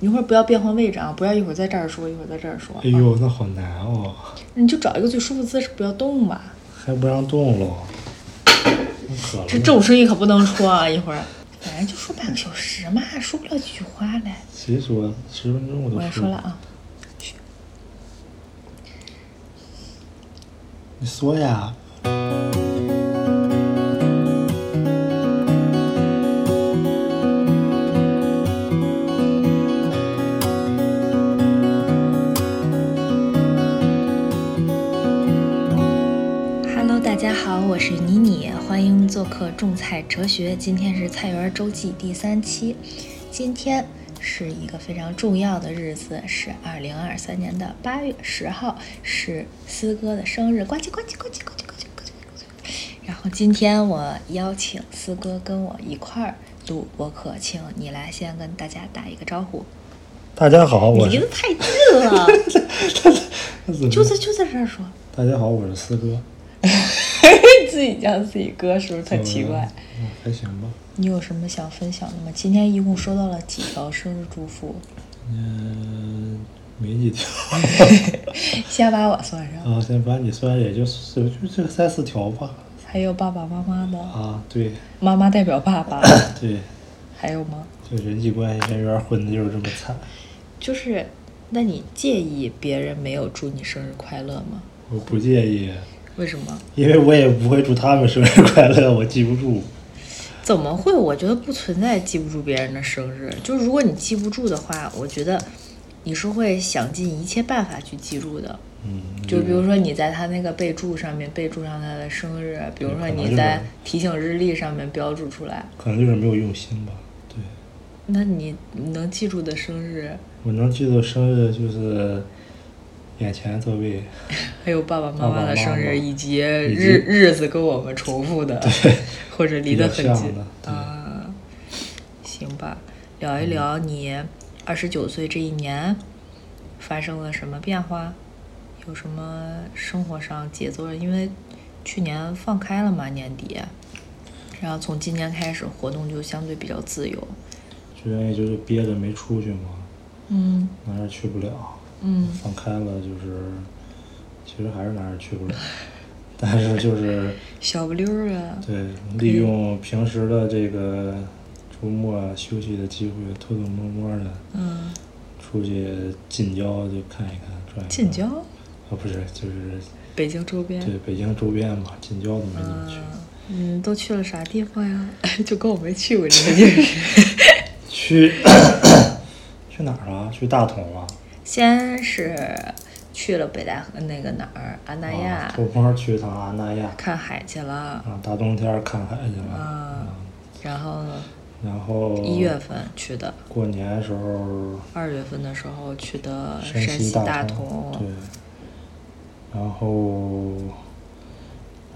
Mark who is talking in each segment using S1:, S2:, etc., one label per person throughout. S1: 一会儿不要变换位置啊，不要一会儿在这儿说，一会儿在这儿说。
S2: 哎呦，那好难哦，
S1: 你就找一个最舒服的姿势，不要动吧。
S2: 还不让动喽？那渴了呢。
S1: 这这种声音可不能说啊！一会儿，反正就说半个小时嘛，说不了几句话来。
S2: 谁说十分钟我都
S1: 我要说了啊，
S2: 你说呀，
S1: Hello，大家好，我是妮妮，欢迎做客种菜哲学。今天是菜园周记第三期，今天是一个非常重要的日子，是二零二三年的八月十号，是思哥的生日，呱唧呱唧呱唧呱唧呱唧呱唧呱唧。然后今天我邀请思哥跟我一块儿录播客，请你来先跟大家打一个招呼。
S2: 大家好，
S1: 你
S2: 我
S1: 离得
S2: 是
S1: 太近了，就在就在这儿 说，
S2: 大家好，我是四哥，
S1: 自己叫自己哥是不是很奇怪？
S2: 嗯，还行吧，
S1: 你有什么想分享的吗？今天一共收到了几条生日祝福？
S2: 嗯，没几条
S1: 先把我算上，
S2: 啊，先把你算也就是就这三四条吧，
S1: 还有爸爸妈妈的，
S2: 啊，对
S1: 妈妈代表爸 爸，
S2: 对，
S1: 还有吗？
S2: 就人际关系这边混的就是这么惨，
S1: 就是，那你介意别人没有祝你生日快乐吗？
S2: 我不介意，
S1: 为什么？
S2: 因为我也不会祝他们生日快乐，我记不住。
S1: 怎么会？我觉得不存在记不住别人的生日。就是如果你记不住的话，我觉得你是会想尽一切办法去记住的。
S2: 嗯，
S1: 就比如说你在他那个备注上面备注上他的生日，比如说
S2: 嗯可能
S1: 你
S2: 就
S1: 在
S2: 是
S1: 提醒日历上面标注出来，
S2: 可能就是没有用心吧。对，
S1: 那你能记住的生日，
S2: 我能记住生日就是眼前这位，
S1: 还有爸爸妈
S2: 爸
S1: 妈
S2: 爸
S1: 的生
S2: 妈妈
S1: 日，以及
S2: 以及
S1: 日日子跟我们重复的，或者离得很
S2: 比较
S1: 近
S2: 像的嗯对
S1: 啊。行吧，聊一聊你二十九岁这一年发生了什么变化，有什么生活上节奏？因为去年放开了嘛，年底，然后从今年开始活动就相对比较自由。
S2: 就原因就是憋着没出去嘛，
S1: 嗯
S2: 哪儿也去不了。
S1: 嗯
S2: 放开了就是，其实还是哪儿也去不了，但是就是
S1: 小不溜儿啊，
S2: 对利用平时的这个周末休息的机会，偷偷摸摸的
S1: 嗯，
S2: 出去近郊就看一看转一转。
S1: 近郊，
S2: 啊，不是，就是
S1: 北京周边。
S2: 对北京周边嘛，近郊都没怎么去。
S1: 嗯，都去了啥地方呀？ 就跟我没去过这个地 儿。
S2: 去 去哪儿啊？去大同啊？
S1: 先是去了北戴河那个哪儿，安那亚、
S2: 啊，偷摸去一趟安那亚
S1: 看海去了，
S2: 啊，大冬天看海去了。
S1: 啊然后
S2: 然后
S1: 一月份去的，
S2: 过年的时候，
S1: 二月份的时候去的
S2: 山
S1: 山西
S2: 大
S1: 同，
S2: 对，然后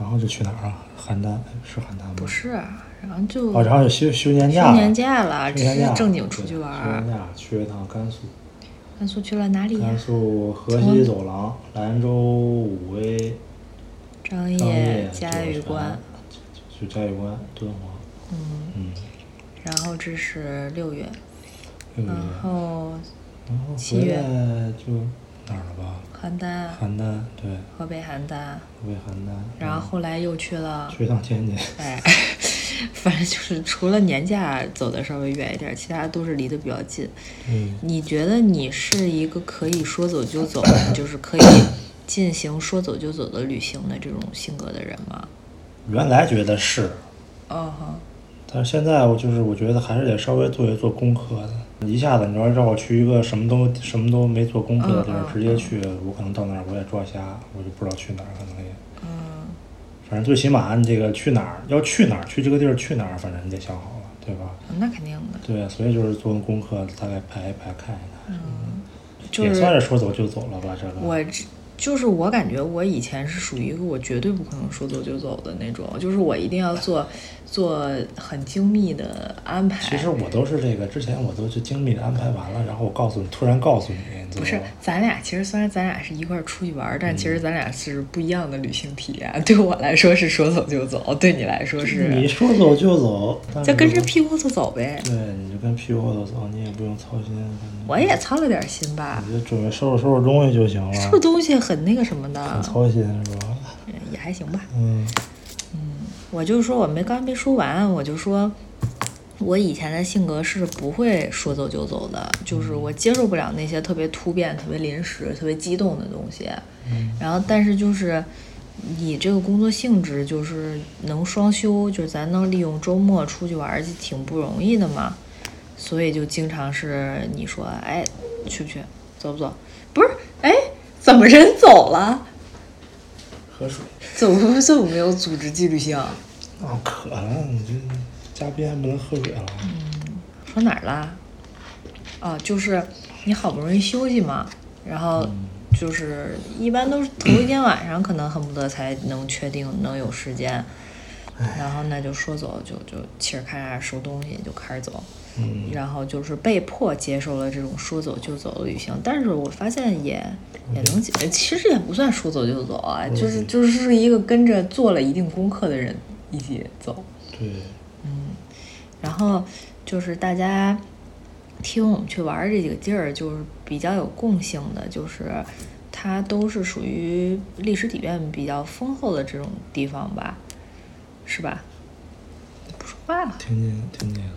S2: 然后就去哪儿啊？邯郸是邯郸吗？
S1: 不是，啊然后就
S2: 哦，然后就休休年假
S1: 休
S2: 了，
S1: 年假了，
S2: 休
S1: 只
S2: 年
S1: 是
S2: 假
S1: 正经出去
S2: 对
S1: 玩
S2: 休
S1: 儿。
S2: 年假嗯去一趟甘肃，
S1: 甘肃去了哪里呀
S2: 甘？肃河西走廊、兰州、武威、
S1: 张
S2: 张
S1: 掖、
S2: 掖、
S1: 嘉峪
S2: 酒泉
S1: 关，，
S2: 就嘉峪关、敦煌，
S1: 嗯，
S2: 嗯，
S1: 然后这是六月，
S2: 对不对
S1: 然？后
S2: 然后
S1: 嗯七
S2: 回
S1: 月
S2: 来就哪儿了吧？
S1: 邯郸，
S2: 邯郸，对，
S1: 河北邯郸。
S2: 河北邯郸，
S1: 然后后来又去了，
S2: 去一趟天津。
S1: 哎，反正就是除了年假走的稍微远一点，其他都是离得比较近。
S2: 嗯，
S1: 你觉得你是一个可以说走就走，就是可以进行说走就走的旅行的这种性格的人吗？
S2: 原来觉得是，
S1: 嗯哼，
S2: 但是现在我就是我觉得还是得稍微做一做功课的。一下子你要让我去一个什么都什么都没做功课的地儿
S1: 嗯，嗯
S2: 直接去，我可能到那儿我也抓瞎，我就不知道去哪儿，可能也。
S1: 嗯，
S2: 反正最起码你这个去哪儿要去哪儿，去这个地儿去哪儿，反正你得想好了，对吧？
S1: 那肯定的，
S2: 对，所以就是做功课，大概排一排，看一看，
S1: 嗯就
S2: 也
S1: 是
S2: 算是说走就走了吧，这个。
S1: 我这就是我感觉我以前是属于一个我绝对不可能说走就走的那种，就是我一定要做做很精密的安排。
S2: 其实我都是这个，之前我都是精密的安排完了，然后我告诉你，突然告诉你，你知道
S1: 不是
S2: 吗，
S1: 咱俩其实虽然咱俩是一块儿出去玩儿，但其实咱俩是不一样的旅行体验。对我来说是说走就走，对你来说
S2: 你
S1: 是
S2: 说走就走，但是
S1: 就跟着屁股就走呗。
S2: 对，你就跟屁股的走，你也不用操心，反正
S1: 我也操了点心吧，
S2: 你就准备收拾收拾东西就行
S1: 这个
S2: 了，
S1: 东西很那个什么
S2: 嗯很
S1: 的，
S2: 操心是吧？
S1: 嗯也还行吧。
S2: 嗯，
S1: 我就说我没刚没说完，我就说我以前的性格是不会说走就走的，就是我接受不了那些特别突变、特别临时、特别激动的东西。然后，但是就是你这个工作性质就是能双休，就是咱能利用周末出去玩儿，就挺不容易的嘛。所以就经常是你说，哎，去不去？走不走？不是，哎，怎么人走了？
S2: 喝水
S1: 怎么这么没有组织纪律性啊？
S2: 啊，渴了，你这嘉宾还不能喝水了，
S1: 说哪儿啦？啊，就是你好不容易休息嘛，然后就是一般都是头一天晚上，可能恨不得才能确定能有时间，然后呢就说走就就嘁儿咔嚓收东西就开始走，
S2: 嗯，
S1: 然后就是被迫接受了这种说走就走的旅行，但是我发现也也能解，其实也不算说走就走啊，就是就是一个跟着做了一定功课的人一起走，
S2: 对，
S1: 然后就是大家听我们去玩儿这几个地儿，就是比较有共性的，就是它都是属于历史底蕴比较丰厚的这种地方吧，是吧？不说话了，
S2: 天津天津也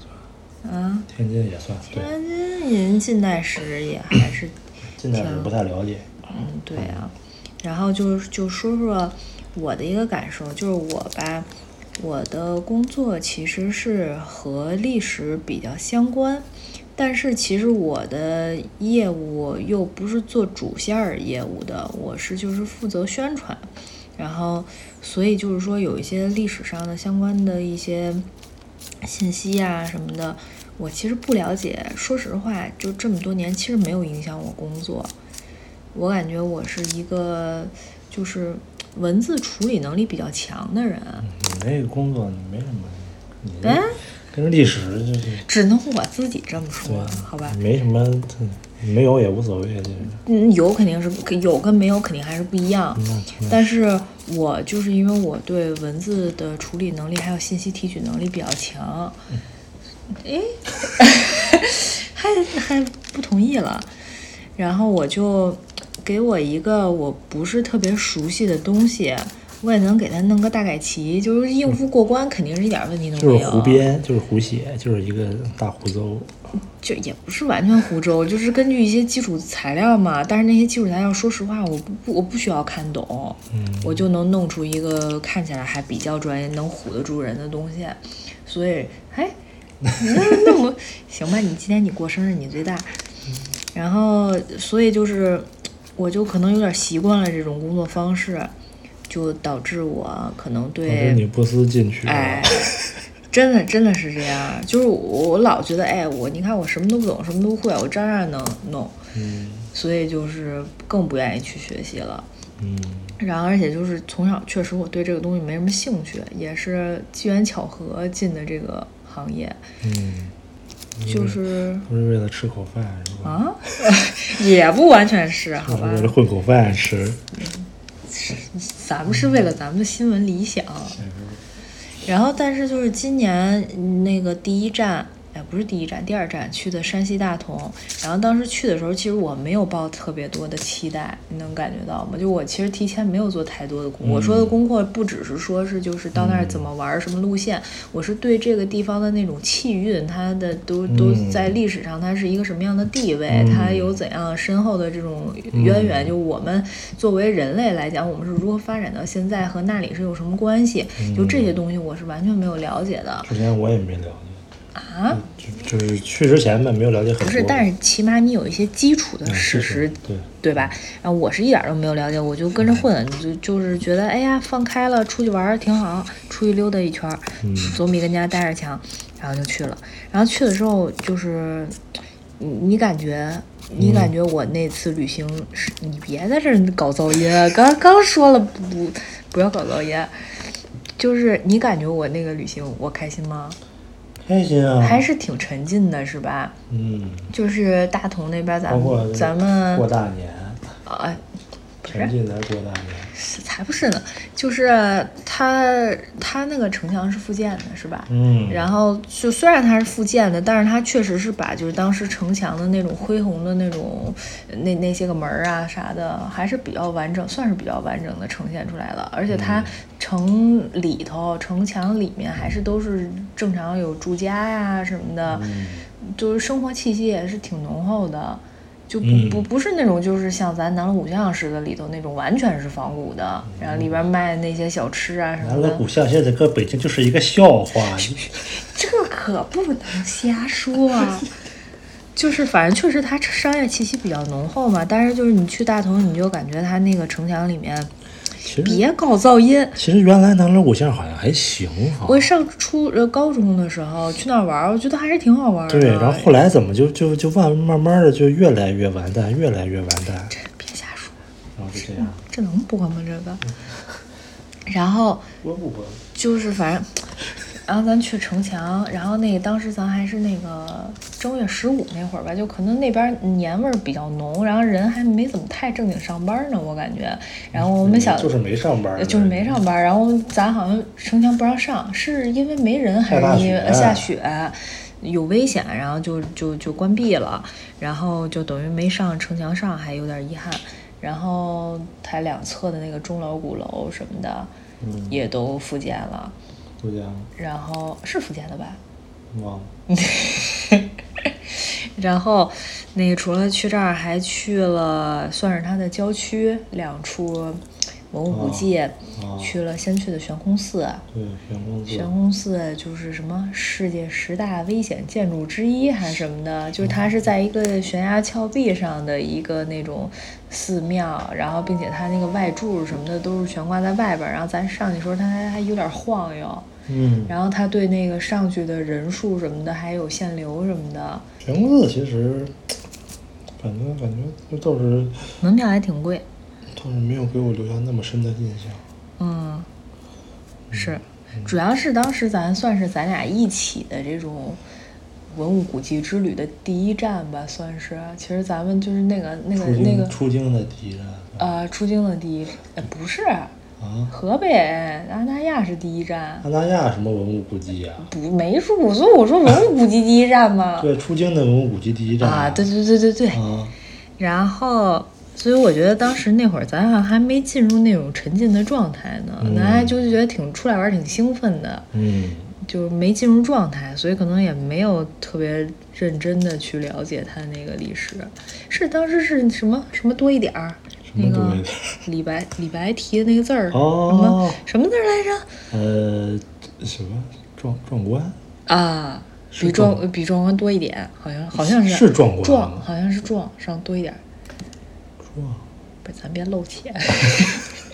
S2: 算，
S1: 啊，
S2: 天津也算，对，
S1: 天津人近代史也还是，
S2: 近代史不太了解，
S1: 嗯，对啊。然后就是就说说我的一个感受，就是我吧，我的工作其实是和历史比较相关，但是其实我的业务又不是做主线儿业务的，我是就是负责宣传，然后所以就是说有一些历史上的相关的一些信息呀、什么的，我其实不了解。说实话，就这么多年，其实没有影响我工作。我感觉我是一个就是文字处理能力比较强的人，
S2: 嗯你那个工作你没什么，你这
S1: 哎
S2: 跟历史就是
S1: 只能我自己这么说，
S2: 对
S1: 好吧？
S2: 没什么，没有也无所谓，就是
S1: 嗯，有肯定是有跟没有肯定还是不一样。嗯
S2: 那那
S1: 但是我就是因为我对文字的处理能力还有信息提取能力比较强，
S2: 嗯
S1: 诶， 还还不同意了，然后我就给我一个我不是特别熟悉的东西，我也能给它弄个大概齐，就是应付过关，肯定是一点问题都
S2: 嗯就
S1: 没
S2: 是
S1: 有。
S2: 胡编，就是胡写，就是一个大胡诌。
S1: 就也不是完全湖州， 就是根据一些基础材料嘛。但是那些基础材料，说实话，我不不我不需要看懂，我就能弄出一个看起来还比较专业、能唬得住人的东西。所以，哎，那那我 行吧，你今天你过生日，你最大。然后，所以就是，我就可能有点习惯了这种工作方式，就导致我可能
S2: 导
S1: 对
S2: 致你不思进取了。啊
S1: 哎，
S2: 嗯
S1: 真的真的是这样，就是我我老觉得，哎，我你看我什么都不懂，什么都不会，我照样能弄，
S2: 嗯
S1: 所以就是更不愿意去学习了。
S2: 嗯，
S1: 然后，而且就是从小确实我对这个东西没什么兴趣，也是机缘巧合进的这个行业，
S2: 嗯，
S1: 就是
S2: 都是为了吃口饭是吧？
S1: 啊，也不完全是，
S2: 都
S1: 好
S2: 是
S1: 吧
S2: 为，了混口饭吃。
S1: 咱们是为了咱们的新闻理想。然后，但是就是今年嗯那个第一站，哎，不是第一站，第二站去的山西大同。然后当时去的时候，其实我没有抱特别多的期待，你能感觉到吗？就我其实提前没有做太多的功课。我说的功课不只是说是就是到那儿怎么玩儿、什么路线，我是对这个地方的那种气韵，它的都都
S2: 嗯
S1: 在历史上它是一个什么样的地位，
S2: 嗯
S1: 它有怎样深厚的这种渊源，就我们作为人类来讲，我们是如何发展到现在，和那里是有什么关系？
S2: 嗯
S1: 就这些东西，我是完全没有了解的
S2: 之前我也没了解，
S1: 啊。
S2: 就就是去之前吧，没有了解很多。
S1: 不是，但是起码你有一些基础的
S2: 嗯
S1: 史
S2: 是
S1: 实
S2: 是，对，
S1: 对吧？然后我是一点儿都没有了解，我就跟着混，就就是觉得哎呀，放开了，出去玩儿挺好，出去溜达一圈儿，
S2: 嗯
S1: 总比跟家待着强。然后就去了，然后去的时候就是，你你感觉。你
S2: 嗯
S1: 感觉我那次旅行是？你别在这儿搞噪音啊，刚刚说了不不要搞噪音。就是你感觉我那个旅行我开心吗？
S2: 开心啊，
S1: 还是挺沉浸的，是吧？
S2: 嗯，
S1: 就是大同那边咱
S2: 包括
S1: 们嗯咱们
S2: 过大年，
S1: 呃，不
S2: 沉
S1: 是
S2: 浸在过大年，
S1: 是才不是呢，就是它它那个城墙是复建的，是吧？
S2: 嗯，
S1: 然后就虽然它是复建的，但是它确实是把就是当时城墙的那种恢宏的那种呃那那些个门儿啊啥的，还是比较完整，算是比较完整的呈现出来了。而且
S2: 嗯
S1: 它城里头、城墙里面还是都是正常有住家呀、什么的，
S2: 嗯
S1: 就是生活气息也是挺浓厚的。就不
S2: 嗯
S1: 不不是那种，就是像咱南锣鼓巷似的里头那种，完全是仿古的，然后里边卖那些小吃啊什么
S2: 南
S1: 的。
S2: 锣鼓巷现在搁北京就是一个笑话，
S1: 这可不能瞎说 啊！就是反正确实它商业气息比较浓厚嘛，但是就是你去大同，你就感觉它那个城墙里面
S2: 其实
S1: 别搞噪音。
S2: 其实原来南锣鼓巷好像还行啊哈、
S1: 哦我上初呃高中的时候去那儿玩儿，我觉得还是挺好玩儿的。
S2: 对，然后后来怎么就就就慢慢慢的就越来越完蛋，越来越完蛋，
S1: 别瞎说，
S2: 然后就这样。
S1: 这能播吗？这个？
S2: 嗯
S1: 然后
S2: 播不
S1: 嗯
S2: 播？
S1: 就是反正，然后咱去城墙，然后那个当时咱还是那个正月十五那会儿吧，就可能那边年味儿比较浓，然后人还没怎么太正经上班呢，我感觉。然后我们小、
S2: 嗯
S1: 呃
S2: 就是没上班，
S1: 就是没。上班，然后咱好像城墙不让上，是因为没人还
S2: 下大
S1: 是因为
S2: 雪哎
S1: 呃下雪有危险，然后就就就关闭了，然后就等于没上城墙上，还有点遗憾。然后它两侧的那个钟楼、鼓楼什么的，
S2: 嗯
S1: 也都复建了，
S2: 不讲
S1: 然后是复建的吧？
S2: 忘了。
S1: 然后，那个除了去这儿，还去了算是它的郊区两处文物古迹，
S2: 哦
S1: 去了先去的悬空寺，
S2: 对，员工
S1: 悬
S2: 作。
S1: 空寺就是什么世界十大危险建筑之一还是什么的，就是它是在一个悬崖峭壁上的一个那种寺庙，然后并且它那个外柱什么的都是悬挂在外边儿，然后咱上去的时候它还还有点晃悠，
S2: 嗯，
S1: 然后它对那个上去的人数什么的还有限流什么的，
S2: 员工字其实，反正感觉倒是
S1: 门票还挺贵，
S2: 倒是没有给我留下那么深的印象。
S1: 嗯，是，主要是当时咱算是咱俩一起的这种文物古迹之旅的第一站吧，算是。其实咱们就是那个那个
S2: 出京、
S1: 那个
S2: 出京的敌人
S1: 呃出京的第一，呃不是，
S2: 啊，
S1: 河北阿那亚是第一站，
S2: 安大亚什么文物古迹呀、啊
S1: 不没说，我说我说文物古迹第一站吗？
S2: 对，出京的文物古迹第一站
S1: 啊，对对对对对，
S2: 啊，
S1: 然后，所以我觉得当时那会儿咱好像还没进入那种沉浸的状态呢，
S2: 嗯
S1: 咱还就觉得挺出来玩儿挺兴奋的，
S2: 嗯，
S1: 就是没进入状态，所以可能也没有特别认真的去了解它那个历史。是当时是什么什么多一点儿，
S2: 什
S1: 那
S2: 么东
S1: 个
S2: 西？
S1: 李白李白提的那个字儿，
S2: 哦
S1: 什么什么字儿来着？
S2: 呃，什么壮壮观？
S1: 啊，
S2: 是
S1: 比
S2: 壮
S1: 壮比壮观多一点，好像好像是
S2: 是壮观
S1: 壮，
S2: 吗
S1: 好像是壮上多一点儿，
S2: 壮？
S1: 不是咱别露怯。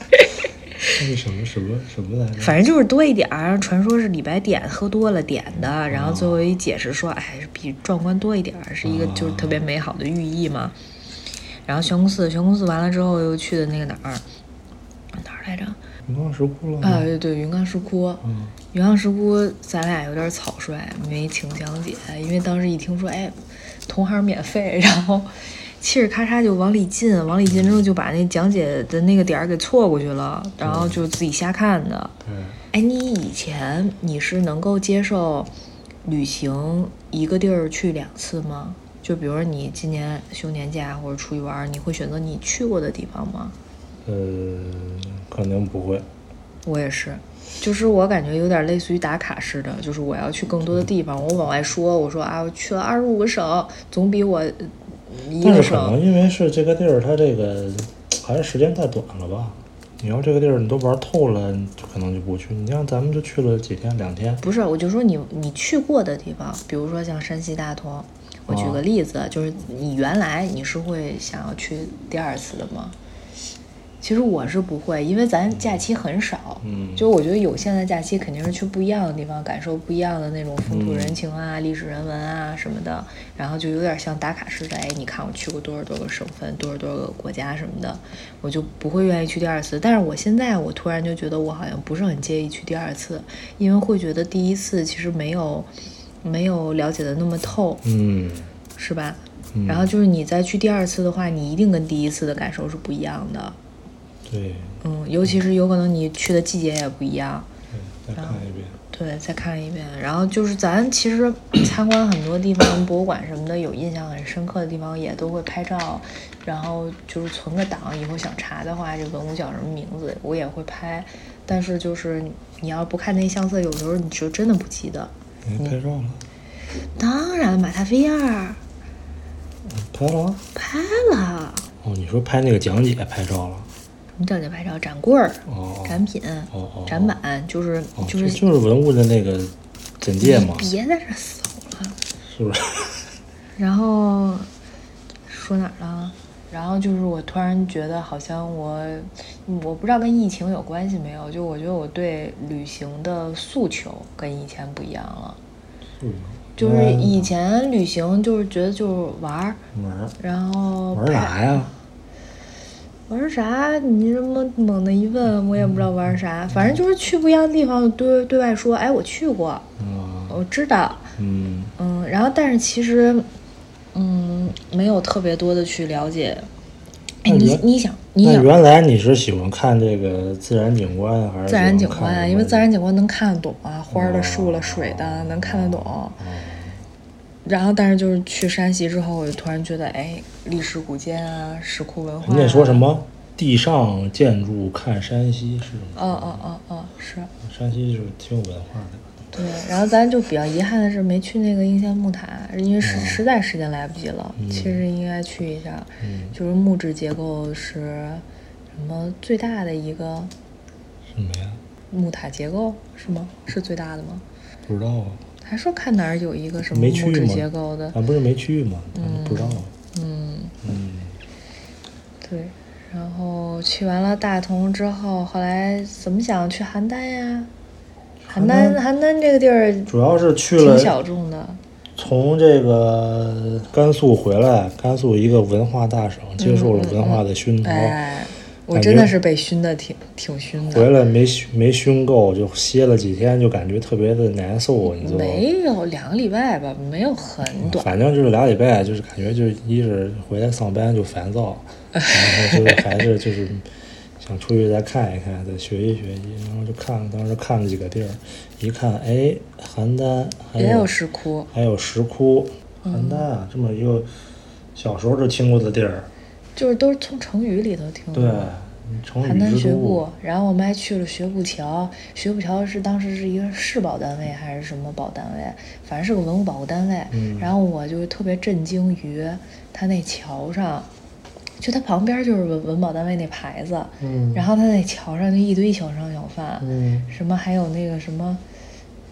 S2: 那是什么什么什么来着？
S1: 反正就是多一点儿，传说是李白点喝多了点的，然后最后一解释说，哎，比壮观多一点儿，是一个就是特别美好的寓意嘛。然后悬空寺，悬空寺完了之后又去的那个哪儿，哪儿来着？
S2: 云冈石窟了吗
S1: 啊，对对，云冈石窟。
S2: 嗯
S1: 云冈石窟，咱俩有点草率，没请讲解，因为当时一听说，哎，同行免费，然后嘁哩咔嚓就往里进，往里进之后就把那讲解的那个点儿给错过去了，然后就自己瞎看的。
S2: 对，
S1: 哎，你以前你是能够接受旅行一个地儿去两次吗？就比如说你今年休年假或者出去玩儿，你会选择你去过的地方吗？
S2: 呃，可能不会。
S1: 我也是，就是我感觉有点类似于打卡似的，就是我要去更多的地方，我往外说，我说啊，我去了二十五个省，总比我呃一
S2: 但
S1: 个
S2: 是可
S1: 省
S2: 能因为是这个地儿，它这个还是时间太短了吧？你要这个地儿你都玩透了，你就可能就不去。你像咱们就去了几天，两天。
S1: 不是，我就说你你去过的地方，比如说像山西大同，我举
S2: 哦
S1: 个例子，就是你原来你是会想要去第二次的吗？其实我是不会，因为咱假期很少，
S2: 嗯
S1: 就我觉得有限的假期肯定是去不一样的地方，感受不一样的那种风土人情啊、历史人文啊什么的，然后就有点像打卡式的，哎，你看我去过多少多少个省份、多少多少个国家什么的，我就不会愿意去第二次。但是我现在我突然就觉得我好像不是很介意去第二次，因为会觉得第一次其实没有没有了解的那么透，
S2: 嗯
S1: 是吧？
S2: 嗯
S1: 然后就是你再去第二次的话，你一定跟第一次的感受是不一样的。
S2: 对，
S1: 嗯，尤其是有可能你去的季节也不一样。
S2: 对，再看一遍，
S1: 对，再看一遍。然后就是咱其实 参观很多地方，博物馆什么的，有印象很深刻的地方也都会拍照，然后就是存个档，以后想查的话，这文物叫什么名字，我也会拍。但是就是你要不看那相册，有时候你就真的不记得。
S2: 你
S1: 嗯
S2: 拍照了，
S1: 当然，马塔菲亚尔
S2: 拍了啊。
S1: 拍了，
S2: 哦，你说拍那个讲解拍照了？
S1: 什么叫你拍照？展柜儿、
S2: 哦
S1: 展品、
S2: 哦哦
S1: 展板，就是、嗯
S2: 哦，
S1: 就
S2: 就是就是文物的那个简介嘛，
S1: 你别在这儿搜了。
S2: 是不是？
S1: 然后说哪儿了？然后就是我突然觉得，好像我嗯我不知道跟疫情有关系没有，就我觉得我对旅行的诉求跟以前不一样了。哦
S2: 啊
S1: 就是以前旅行就是觉得就是玩儿，
S2: 玩儿
S1: 然后
S2: 玩儿
S1: 拍
S2: 啥呀？
S1: 玩儿啥？你这么猛的一问，我也不知道玩儿啥。反正就是去不一样的地方，对对外说，哎，我去过，
S2: 嗯
S1: 我知道，
S2: 嗯
S1: 嗯，然后但是其实，嗯，没有特别多的去了解。哎，
S2: 那
S1: 你
S2: 原
S1: 你想，你
S2: 那
S1: 想
S2: 原来你是喜欢看这个自然景观啊还是
S1: 自然景
S2: 喜
S1: 观
S2: 欢
S1: 啊，
S2: 看
S1: 因为
S2: 这个
S1: 自然景观能看得懂啊，花儿的、树了、
S2: 哦
S1: 水的能看得懂。
S2: 哦
S1: 然后，但是就是去山西之后，我就突然觉得，哎，历史古建啊，石窟文化、
S2: 人家说什？么地上建筑看山西是吗？
S1: 嗯嗯嗯嗯，是
S2: 山西是挺有文化的，
S1: 对。然后咱就比较遗憾的是没去那个应县木塔，因为实实在时间来不及了。其实应该去一下。
S2: 哦嗯，
S1: 就是木质结构是什么最大的一个
S2: 什么呀？
S1: 木塔结构是吗？是最大的吗？
S2: 不知道啊，
S1: 还说看哪儿有一个什么
S2: 没去
S1: 木质
S2: 吗啊
S1: 结构的，
S2: 咱不是没去吗？咱就不知道啊。
S1: 嗯，
S2: 嗯，
S1: 对。然后去完了大同之后，后来怎么想去邯郸呀？邯郸，邯郸这个地儿
S2: 主要是去
S1: 挺
S2: 了
S1: 小众的，
S2: 从这个甘肃回来，甘肃一个文化大省，接受了文化的熏陶，
S1: 哎，我
S2: 嗯感
S1: 真的
S2: 觉
S1: 是被熏的挺挺熏的。
S2: 回来没熏没熏够，就歇了几天，就感觉特别的难受，你知道吗？
S1: 没有两个礼拜吧，没有很短，
S2: 反正就是俩礼拜，就是感觉就是一是回来上班就烦 躁，然后就是还是就是想出去再看一看，再学习学习，然后就看当时看了几个地儿，一看哎，邯郸还
S1: 也有嗯
S2: 有
S1: 石窟。
S2: 还有石窟，邯郸啊这么一个小时候就听过的地儿，
S1: 就是都是从成语里头听
S2: 对
S1: 的嘛。，
S2: 成
S1: 嗯邯郸
S2: 语之
S1: 学
S2: 都
S1: 步，，然后我们还去了学步桥。学步桥是当时是一个市保单位还是什么保单位，反正是个文物保护单位。
S2: 嗯
S1: 然后我就特别震惊于它那桥上，就它旁边就是文文保单位那牌子，
S2: 嗯
S1: 然后它那桥上就一堆小商小贩，
S2: 嗯
S1: 什么还有那个什么。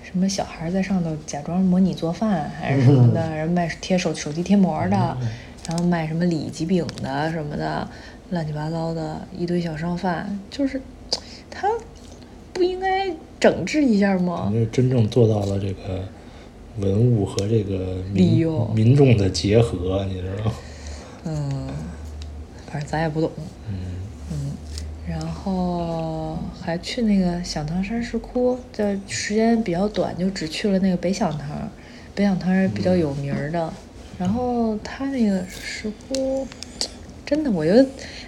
S1: 什么小孩在上头假装模拟做饭还是什么的，然后卖贴手手机贴膜的，然后卖什么里脊饼的什么的，乱七八糟的一堆小商贩，就是他不应该整治一下吗
S2: 你？就真正做到了这个文物和这个
S1: 利
S2: 民
S1: 用
S2: 民众的结合，你知道吗？
S1: 嗯，反正咱也不懂。
S2: 嗯。
S1: 嗯，然后还去那个响堂山石窟，这时间比较短，就只去了那个北响堂，北响堂是比较有名儿的。然后它那个石窟，真的，我觉得，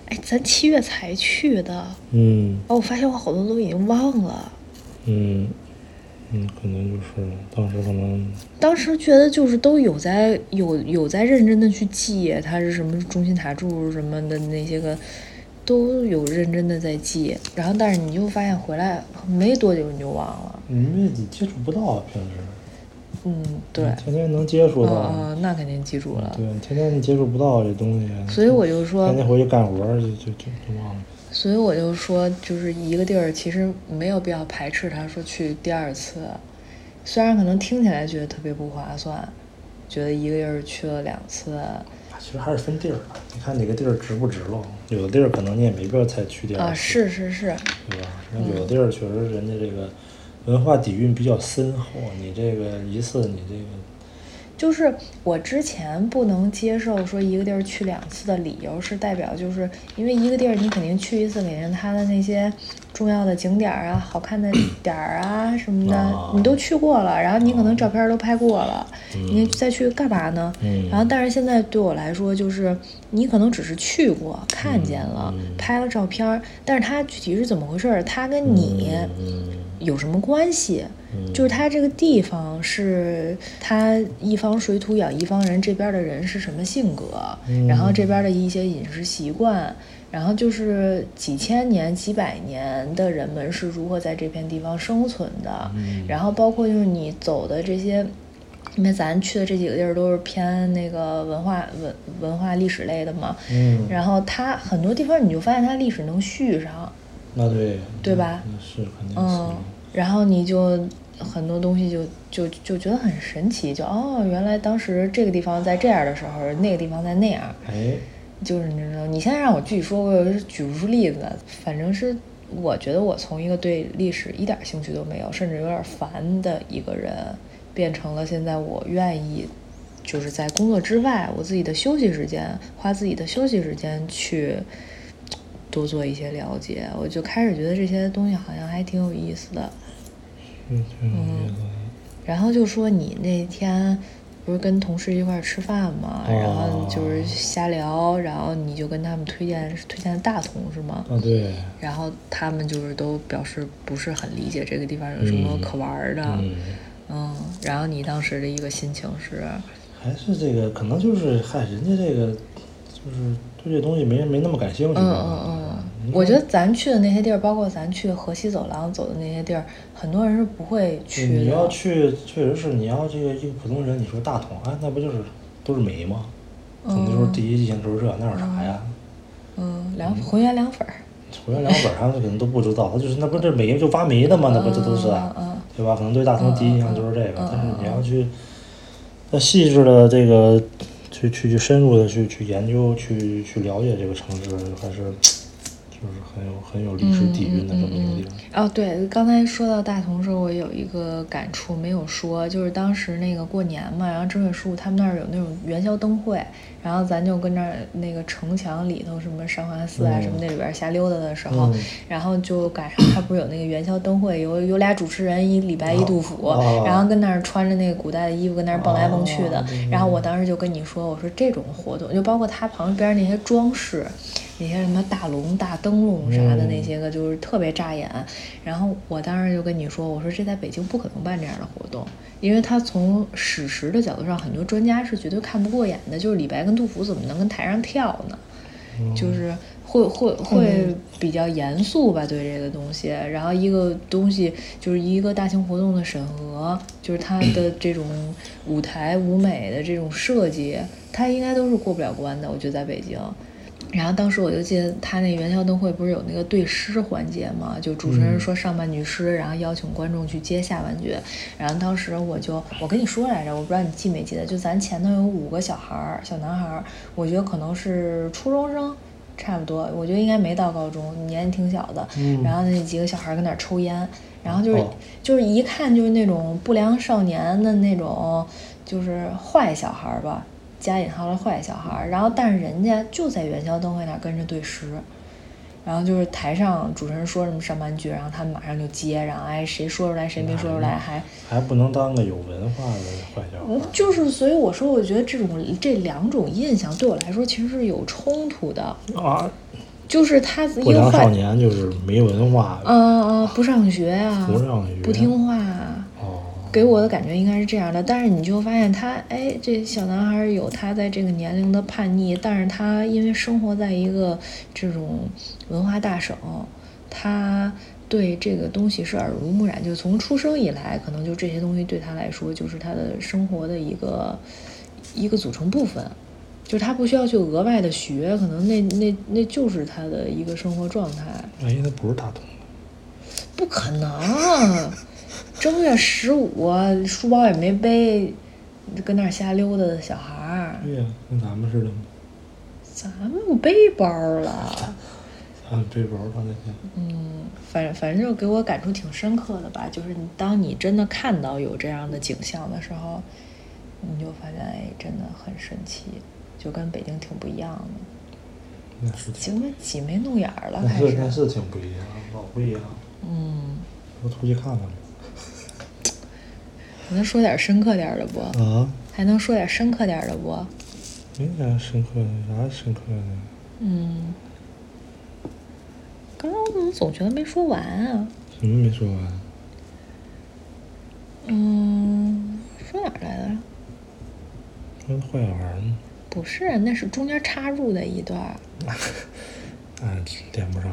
S1: 哎，咱七月才去的，
S2: 嗯
S1: 哦，我发现我好多都已经忘了。
S2: 嗯，嗯，可能就是当时可能，
S1: 当时觉得就是都有在有有在认真的去记，它是什么中心塔柱什么的那些个，都有认真的在记。然后，但是你就发现回来没多久你就忘了。
S2: 嗯因为你接触不到平时，
S1: 嗯，对，
S2: 你天天能接触
S1: 嗯
S2: 到，
S1: 嗯，那肯定记住了。
S2: 对，天天你接触不到这东西，
S1: 所以我就说
S2: 嗯天，天回去干活儿就就就就忘了。
S1: 所以我就说，就是一个地儿，其实没有必要排斥他说去第二次，虽然可能听起来觉得特别不划算，觉得一个地儿去了两次，
S2: 啊其实还是分地儿，你看哪个地儿值不值喽？有的地儿可能你也没必要再去第二
S1: 啊，是嗯
S2: 次，
S1: 是是，
S2: 对吧？那有的地儿确实人家这个文化底蕴比较深厚，你这个一次你这个
S1: 就是我之前不能接受说一个地儿去两次的理由，是代表就是因为一个地儿你肯定去一次，肯定它的那些重要的景点儿啊、好 看的点儿啊什么的
S2: 啊，
S1: 你都去过了，然后你可能照片儿都拍过了，你再去干嘛呢？
S2: 嗯
S1: 然后但是现在对我来说，就是你可能只是去过、看见了、
S2: 嗯
S1: 拍了照片儿，但是它具体是怎么回事儿，它跟你。
S2: 嗯
S1: 有什么关系？
S2: 嗯
S1: 就是它这个地方是它一方水土养一方人，这边的人是什么性格，
S2: 嗯
S1: 然后这边的一些饮食习惯，然后就是几千年、几百年的人们是如何在这片地方生存的，
S2: 嗯
S1: 然后包括就是你走的这些。因为咱去的这几个地儿都是偏那个文化文文化历史类的嘛，
S2: 嗯，
S1: 然后它很多地方你就发现它历史能续上，
S2: 那对
S1: 对吧
S2: 那是肯定是
S1: 嗯，然后你就很多东西就就就觉得很神奇，就哦，原来当时这个地方在这样的时候，那个地方在那样，
S2: 哎，
S1: 就是你知道，你现在让我具体说，我是举不出例子来，反正是我觉得我从一个对历史一点兴趣都没有，甚至有点烦的一个人，变成了现在我愿意。就是在工作之外，我自己的休息时间，花自己的休息时间去多做一些了解，我就开始觉得这些东西好像还挺有意思的。
S2: 嗯嗯，
S1: 然后就说你那天不是跟同事一块儿吃饭嘛，
S2: 哦
S1: 然后就是瞎聊，然后你就跟他们推荐推荐大同是吗？
S2: 啊对，
S1: 然后他们就是都表示不是很理解这个地方有什么
S2: 嗯
S1: 可玩儿的，
S2: 嗯，
S1: 嗯然后你当时的一个心情是，
S2: 还是这个，可能就是嗨，人家这个就是对这东西没没那么感兴趣
S1: 嗯
S2: 吧，
S1: 嗯嗯，我觉得咱去的那些地儿，包括咱去河西走廊走的那些地儿，很多人是不会
S2: 对
S1: 去的。
S2: 嗯你要去，确实是你要这个一个普通人，你说大同啊，那不就是都是煤吗？可能就是第一印象就是这，那有啥呀？
S1: 嗯，凉浑源凉粉儿，
S2: 回来两本儿他们可能都不知道，他就是那不是煤就挖煤的吗？那不这都是
S1: 嗯
S2: 啊，对吧？可能对大同第一印象就是这个，但是你要去那细致的这个去去去深入的去去研究去去了解这个城市，还是就是很有很有历史
S1: 嗯
S2: 底蕴的这么一个地方。
S1: 哦，对，刚才说到大同时候，我有一个感触没有说，就是当时那个过年嘛，然后正月十五他们那儿有那种元宵灯会，然后咱就跟那儿那个城墙里头什么上华寺啊、
S2: 嗯
S1: 什么那里边儿瞎溜达的时候，
S2: 嗯
S1: 然后就赶上他不是有那个元宵灯会，有有俩主持人一李白一杜甫，
S2: 哦
S1: 然后跟那儿穿着那个古代的衣服跟那儿蹦来蹦去的，
S2: 哦对
S1: 然后我当时就跟你说，我说这种活动就包括它旁边那些装饰，那些什么大龙、大灯笼啥的
S2: 嗯
S1: 那些个，就是特别扎眼。然后我当时就跟你说，我说这在北京不可能办这样的活动，因为它从史实的角度上，很多专家是绝对看不过眼的。就是李白跟杜甫怎么能跟台上跳呢？就是会会会比较严肃吧，对这个东西。然后一个东西就是一个大型活动的审核，就是它的这种舞台舞美的这种设计，它应该都是过不了关的。我觉得在北京。然后当时我就记得他那元宵灯会不是有那个对诗环节嘛，就主持人说上半句诗，然后邀请观众去接下半句。然后当时我就我跟你说来着，我不知道你记没记得，就咱前头有五个小孩儿，小男孩儿，我觉得可能是初中生。差不多，我觉得应该没到高中，年纪挺小的。
S2: 嗯
S1: 然后那几个小孩儿跟那儿抽烟，然后就是、
S2: 哦
S1: 就是一看就是那种不良少年的那种，就是坏小孩儿吧，加引号的坏小孩儿。然后但是人家就在元宵灯会那儿跟着对诗，然后就是台上主持人说什么上半句，然后他们马上就接，然后哎谁说出来谁没说出
S2: 嗯
S1: 来还。
S2: 还不能当个有文化的坏小孩
S1: 嗯，就是，所以我说，我觉得这种这两种印象对我来说其实是有冲突的，
S2: 啊！
S1: 就是他一
S2: 不
S1: 个
S2: 良
S1: 坏
S2: 少，年就是没文化，
S1: 嗯嗯，不上学啊，
S2: 不上学
S1: 不听话啊，
S2: 哦，
S1: 给我的感觉应该是这样的。但是你就发现他，哎，这小男孩有他在这个年龄的叛逆，但是他因为生活在一个这种文化大省，他对这个东西是耳濡目染，就从出生以来，可能就这些东西对他来说就是他的生活的一个一个组成部分。就是他不需要去额外的学，可能那那那就是他的一个生活状态。
S2: 哎，那不是大同的，
S1: 不可能，正月十五书包也没背，跟那儿瞎溜达的小孩儿，
S2: 对哎呀、跟咱们似的嘛，
S1: 咱们背包了，
S2: 咱们背包放那天，
S1: 嗯，反正反正就给我感触挺深刻的吧。就是你当你真的看到有这样的景象的时候，你就发现哎，真的很神奇，就跟北京挺不一样的。
S2: 那是挺，
S1: 行吧，挤眉弄眼儿了，
S2: 那
S1: 开
S2: 是那
S1: 始。
S2: 是挺不一样，老不一样。
S1: 嗯，
S2: 我出去看看
S1: 你能说点深刻点儿的不？
S2: 吧。啊，
S1: 还能说点深刻点儿的不？
S2: 没啥深刻的，啥深刻的？
S1: 嗯，刚刚我怎么总觉得没说完啊？
S2: 什么没说完？
S1: 嗯，说哪儿来着？
S2: 跟坏小孩儿吗？
S1: 不是，那是中间插入的一段儿。
S2: 啊，连不上。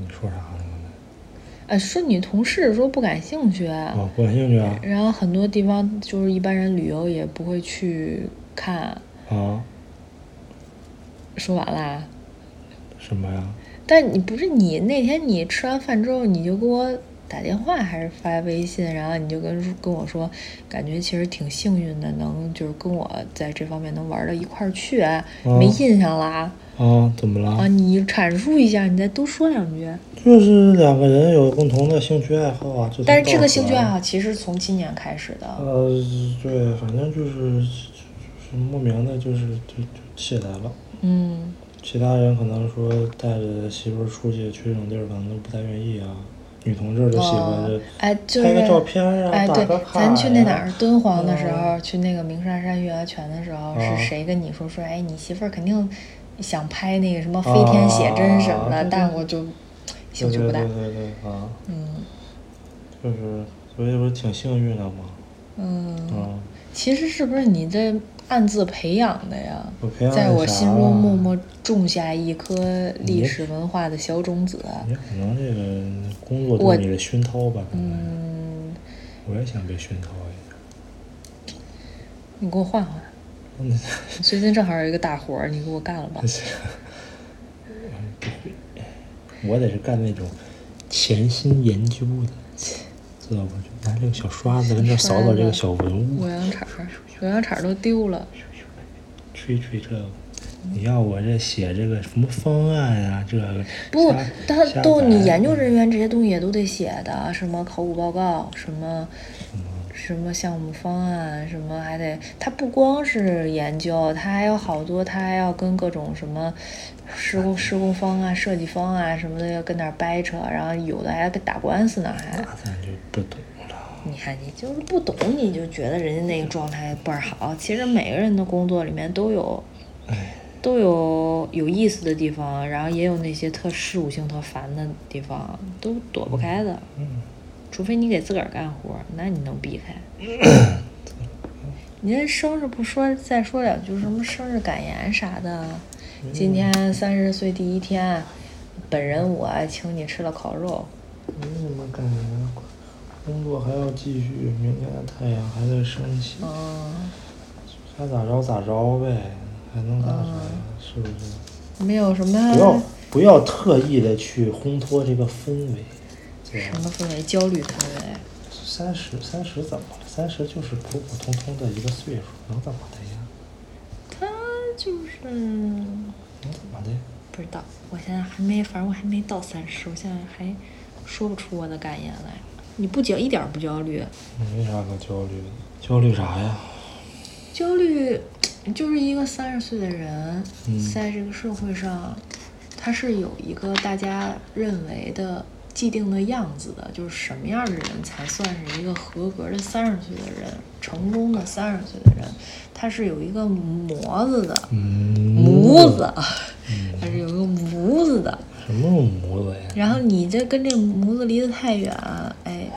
S2: 你说啥了刚才？
S1: 呃，是女同事说不感兴趣，
S2: 啊，不感兴趣啊？
S1: 然后很多地方就是一般人旅游也不会去看。
S2: 啊，
S1: 说完啦，
S2: 什么呀？
S1: 但你不是你那天你吃完饭之后你就给我打电话还是发微信，然后你就跟跟我说，感觉其实挺幸运的，能就是跟我在这方面能玩到一块儿去，啊
S2: 哦
S1: 没印象啦。
S2: 啊，怎么
S1: 啊，
S2: 了？
S1: 你阐述一下，你再多说两
S2: 哦
S1: 句。
S2: 就是两个人有共同的兴趣爱好啊。
S1: 但是这个兴趣爱
S2: 好。
S1: 好其实从今年开始的，
S2: 呃，对，反正就是就是莫名的，就是就就起来了。
S1: 嗯
S2: 其他人可能说带着媳妇儿出去去这种地儿，可能都不太愿意啊。女同志就喜欢
S1: 哦
S2: 这，
S1: 哎就是
S2: 拍个照片啊，
S1: 哎，
S2: 打
S1: 对
S2: 个，卡、呀
S1: 咱去那哪儿敦煌的时候，
S2: 嗯
S1: 去那个鸣沙山月牙泉的时候，
S2: 啊
S1: 是谁跟你说说？哎，你媳妇儿肯定想拍那个什么飞天写真什么的，
S2: 啊对对
S1: 但我就兴趣不大。
S2: 对对对对对啊，
S1: 嗯
S2: 就是所以不是挺幸运的嘛。
S1: 嗯，
S2: 嗯，
S1: 其实是不是你这暗自培养的呀
S2: 我培？养啊
S1: 在
S2: 的
S1: 我
S2: 啥嗯
S1: 心
S2: 了
S1: 中默默种下一颗历
S2: 你
S1: 史文化的小种子。啊
S2: 也可能这个工作
S1: 我
S2: 对你的熏陶吧，可能、
S1: 嗯，
S2: 我也想被熏陶一下。
S1: 你给我换换。
S2: 嗯，
S1: 最近正好有一个大活儿，你给我干了吧
S2: 不。是，不会，我得是干那种潜心研究的，知道吧？就拿这个小刷子跟这扫扫这个小文物
S1: 我，羊铲儿，我羊铲儿都丢了。
S2: 吹吹这个。你要我这写这个什么方案啊？这个
S1: 不
S2: 下，
S1: 他
S2: 下
S1: 都
S2: 载
S1: 你研究人员这些东西也都得写的，什么考古报告，什么什么项目方案，什么还得，他不光是研究，他还有好多，他还要跟各种什么施工施工方案、设计方案什么的要跟那儿掰扯，然后有的还跟打官司呢，还。
S2: 那咱就不懂了。
S1: 你看，你就是不懂，你就觉得人家那个状态倍儿好。其实每个人的工作里面都有，
S2: 哎
S1: 都有有意思的地方，然后也有那些特事务性、特烦的地方，都躲不开的。
S2: 嗯，
S1: 除非你给自个儿干活，那你能避开。 你这生日不说，再说两句什么生日感言啥的。
S2: 嗯
S1: 今天三十岁第一天，本人我请你吃了烤肉。
S2: 没什么感觉，工作还要继续，明天的太阳还在升起，
S1: 嗯，
S2: 该咋着咋着呗，还能干啥呀？是不是？
S1: 没有什么
S2: 不要不要特意的去烘托这个氛围，对
S1: 什
S2: 吧？
S1: 么氛围？焦虑氛围。
S2: 三十三十怎么了？三十就是普普通通的一个岁数，能怎么的呀？
S1: 他就是
S2: 能怎么的？
S1: 不知道，我现在还没，反正我还没到三十，我现在还说不出我的感言来。你不焦，一点儿不焦虑，
S2: 没啥可焦虑的，焦虑啥呀？
S1: 焦虑就是一个三十岁的人、
S2: 嗯
S1: 在这个社会上，他是有一个大家认为的既定的样子的，就是什么样的人才算是一个合格的三十岁的人，成功的三十岁的人，他是有一个模子的。
S2: 嗯，
S1: 模子，它是有个模子的。
S2: 什么模子呀？
S1: 然后你这跟这模子离得太远，哎，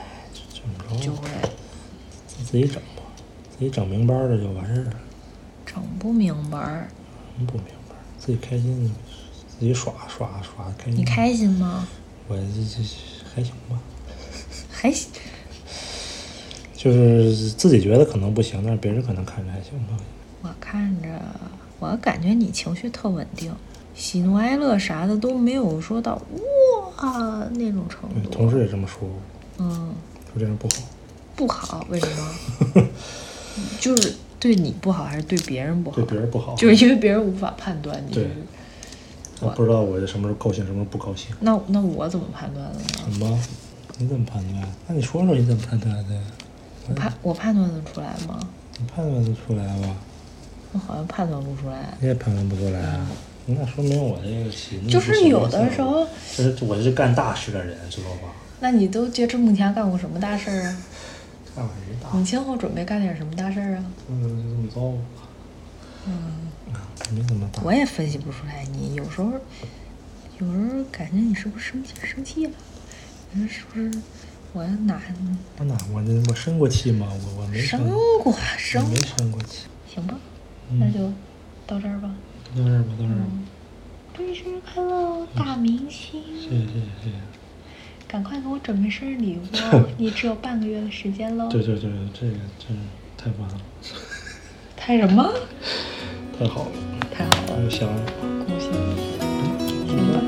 S2: 这么
S1: 就
S2: 着
S1: 会
S2: 自己整吧，自己整明白了就完事儿了，
S1: 整不明白儿。
S2: 真不明白，自己开心，自己耍耍耍开心。
S1: 你开心吗？
S2: 我这这还行吧。
S1: 还行。
S2: 就是自己觉得可能不行，但是别人可能看着还行吧。
S1: 我看着，我感觉你情绪特稳定，喜怒哀乐啥的都没有说到哇那种程
S2: 对，同
S1: 度。
S2: 事也这么说，
S1: 嗯，
S2: 说这样不好。
S1: 不好，为什么？就是。对你不好还是对别人不好？
S2: 对别人不好，
S1: 就是因为别人无法判断你。
S2: 对我不知道我什么时候高兴，什么时候不高兴。
S1: 那那我怎么判断的呢？
S2: 什么？你怎么判断？那你说说你怎么判断的呀？
S1: 我判我判断得出来吗？
S2: 你判断得出来吧？
S1: 我好像判断不出来。
S2: 你也判断不出来啊？那说明我这个喜怒
S1: 就是
S2: 形
S1: 有
S2: 于色
S1: 的时候，
S2: 这我是干大事的人，知道吧？
S1: 那你都截至目前干过什么大事儿啊？
S2: 干完人大，
S1: 你今后准备干点什么大事儿啊？
S2: 嗯，就这么着吧。嗯，没怎么大。
S1: 我也分析不出来你，有时候，有时候感觉你是不是生气生气了？你说是不是？我哪
S2: 我哪我那我生过气吗？我我没
S1: 生
S2: 过，
S1: 过
S2: 我
S1: 生
S2: 没
S1: 过？
S2: 生过气。
S1: 行吧，
S2: 嗯
S1: 那嗯就到这儿吧。
S2: 到这儿吧，到这儿吧。
S1: 祝你生日快乐，大明星！
S2: 谢谢谢谢谢谢。
S1: 赶快给我准备生日礼物哦，你只有半个月的时间喽。
S2: 对对对，这个真是太棒了，
S1: 太什么？
S2: 太好了，
S1: 太好了，
S2: 又香了。
S1: 嗯恭喜你！行吧。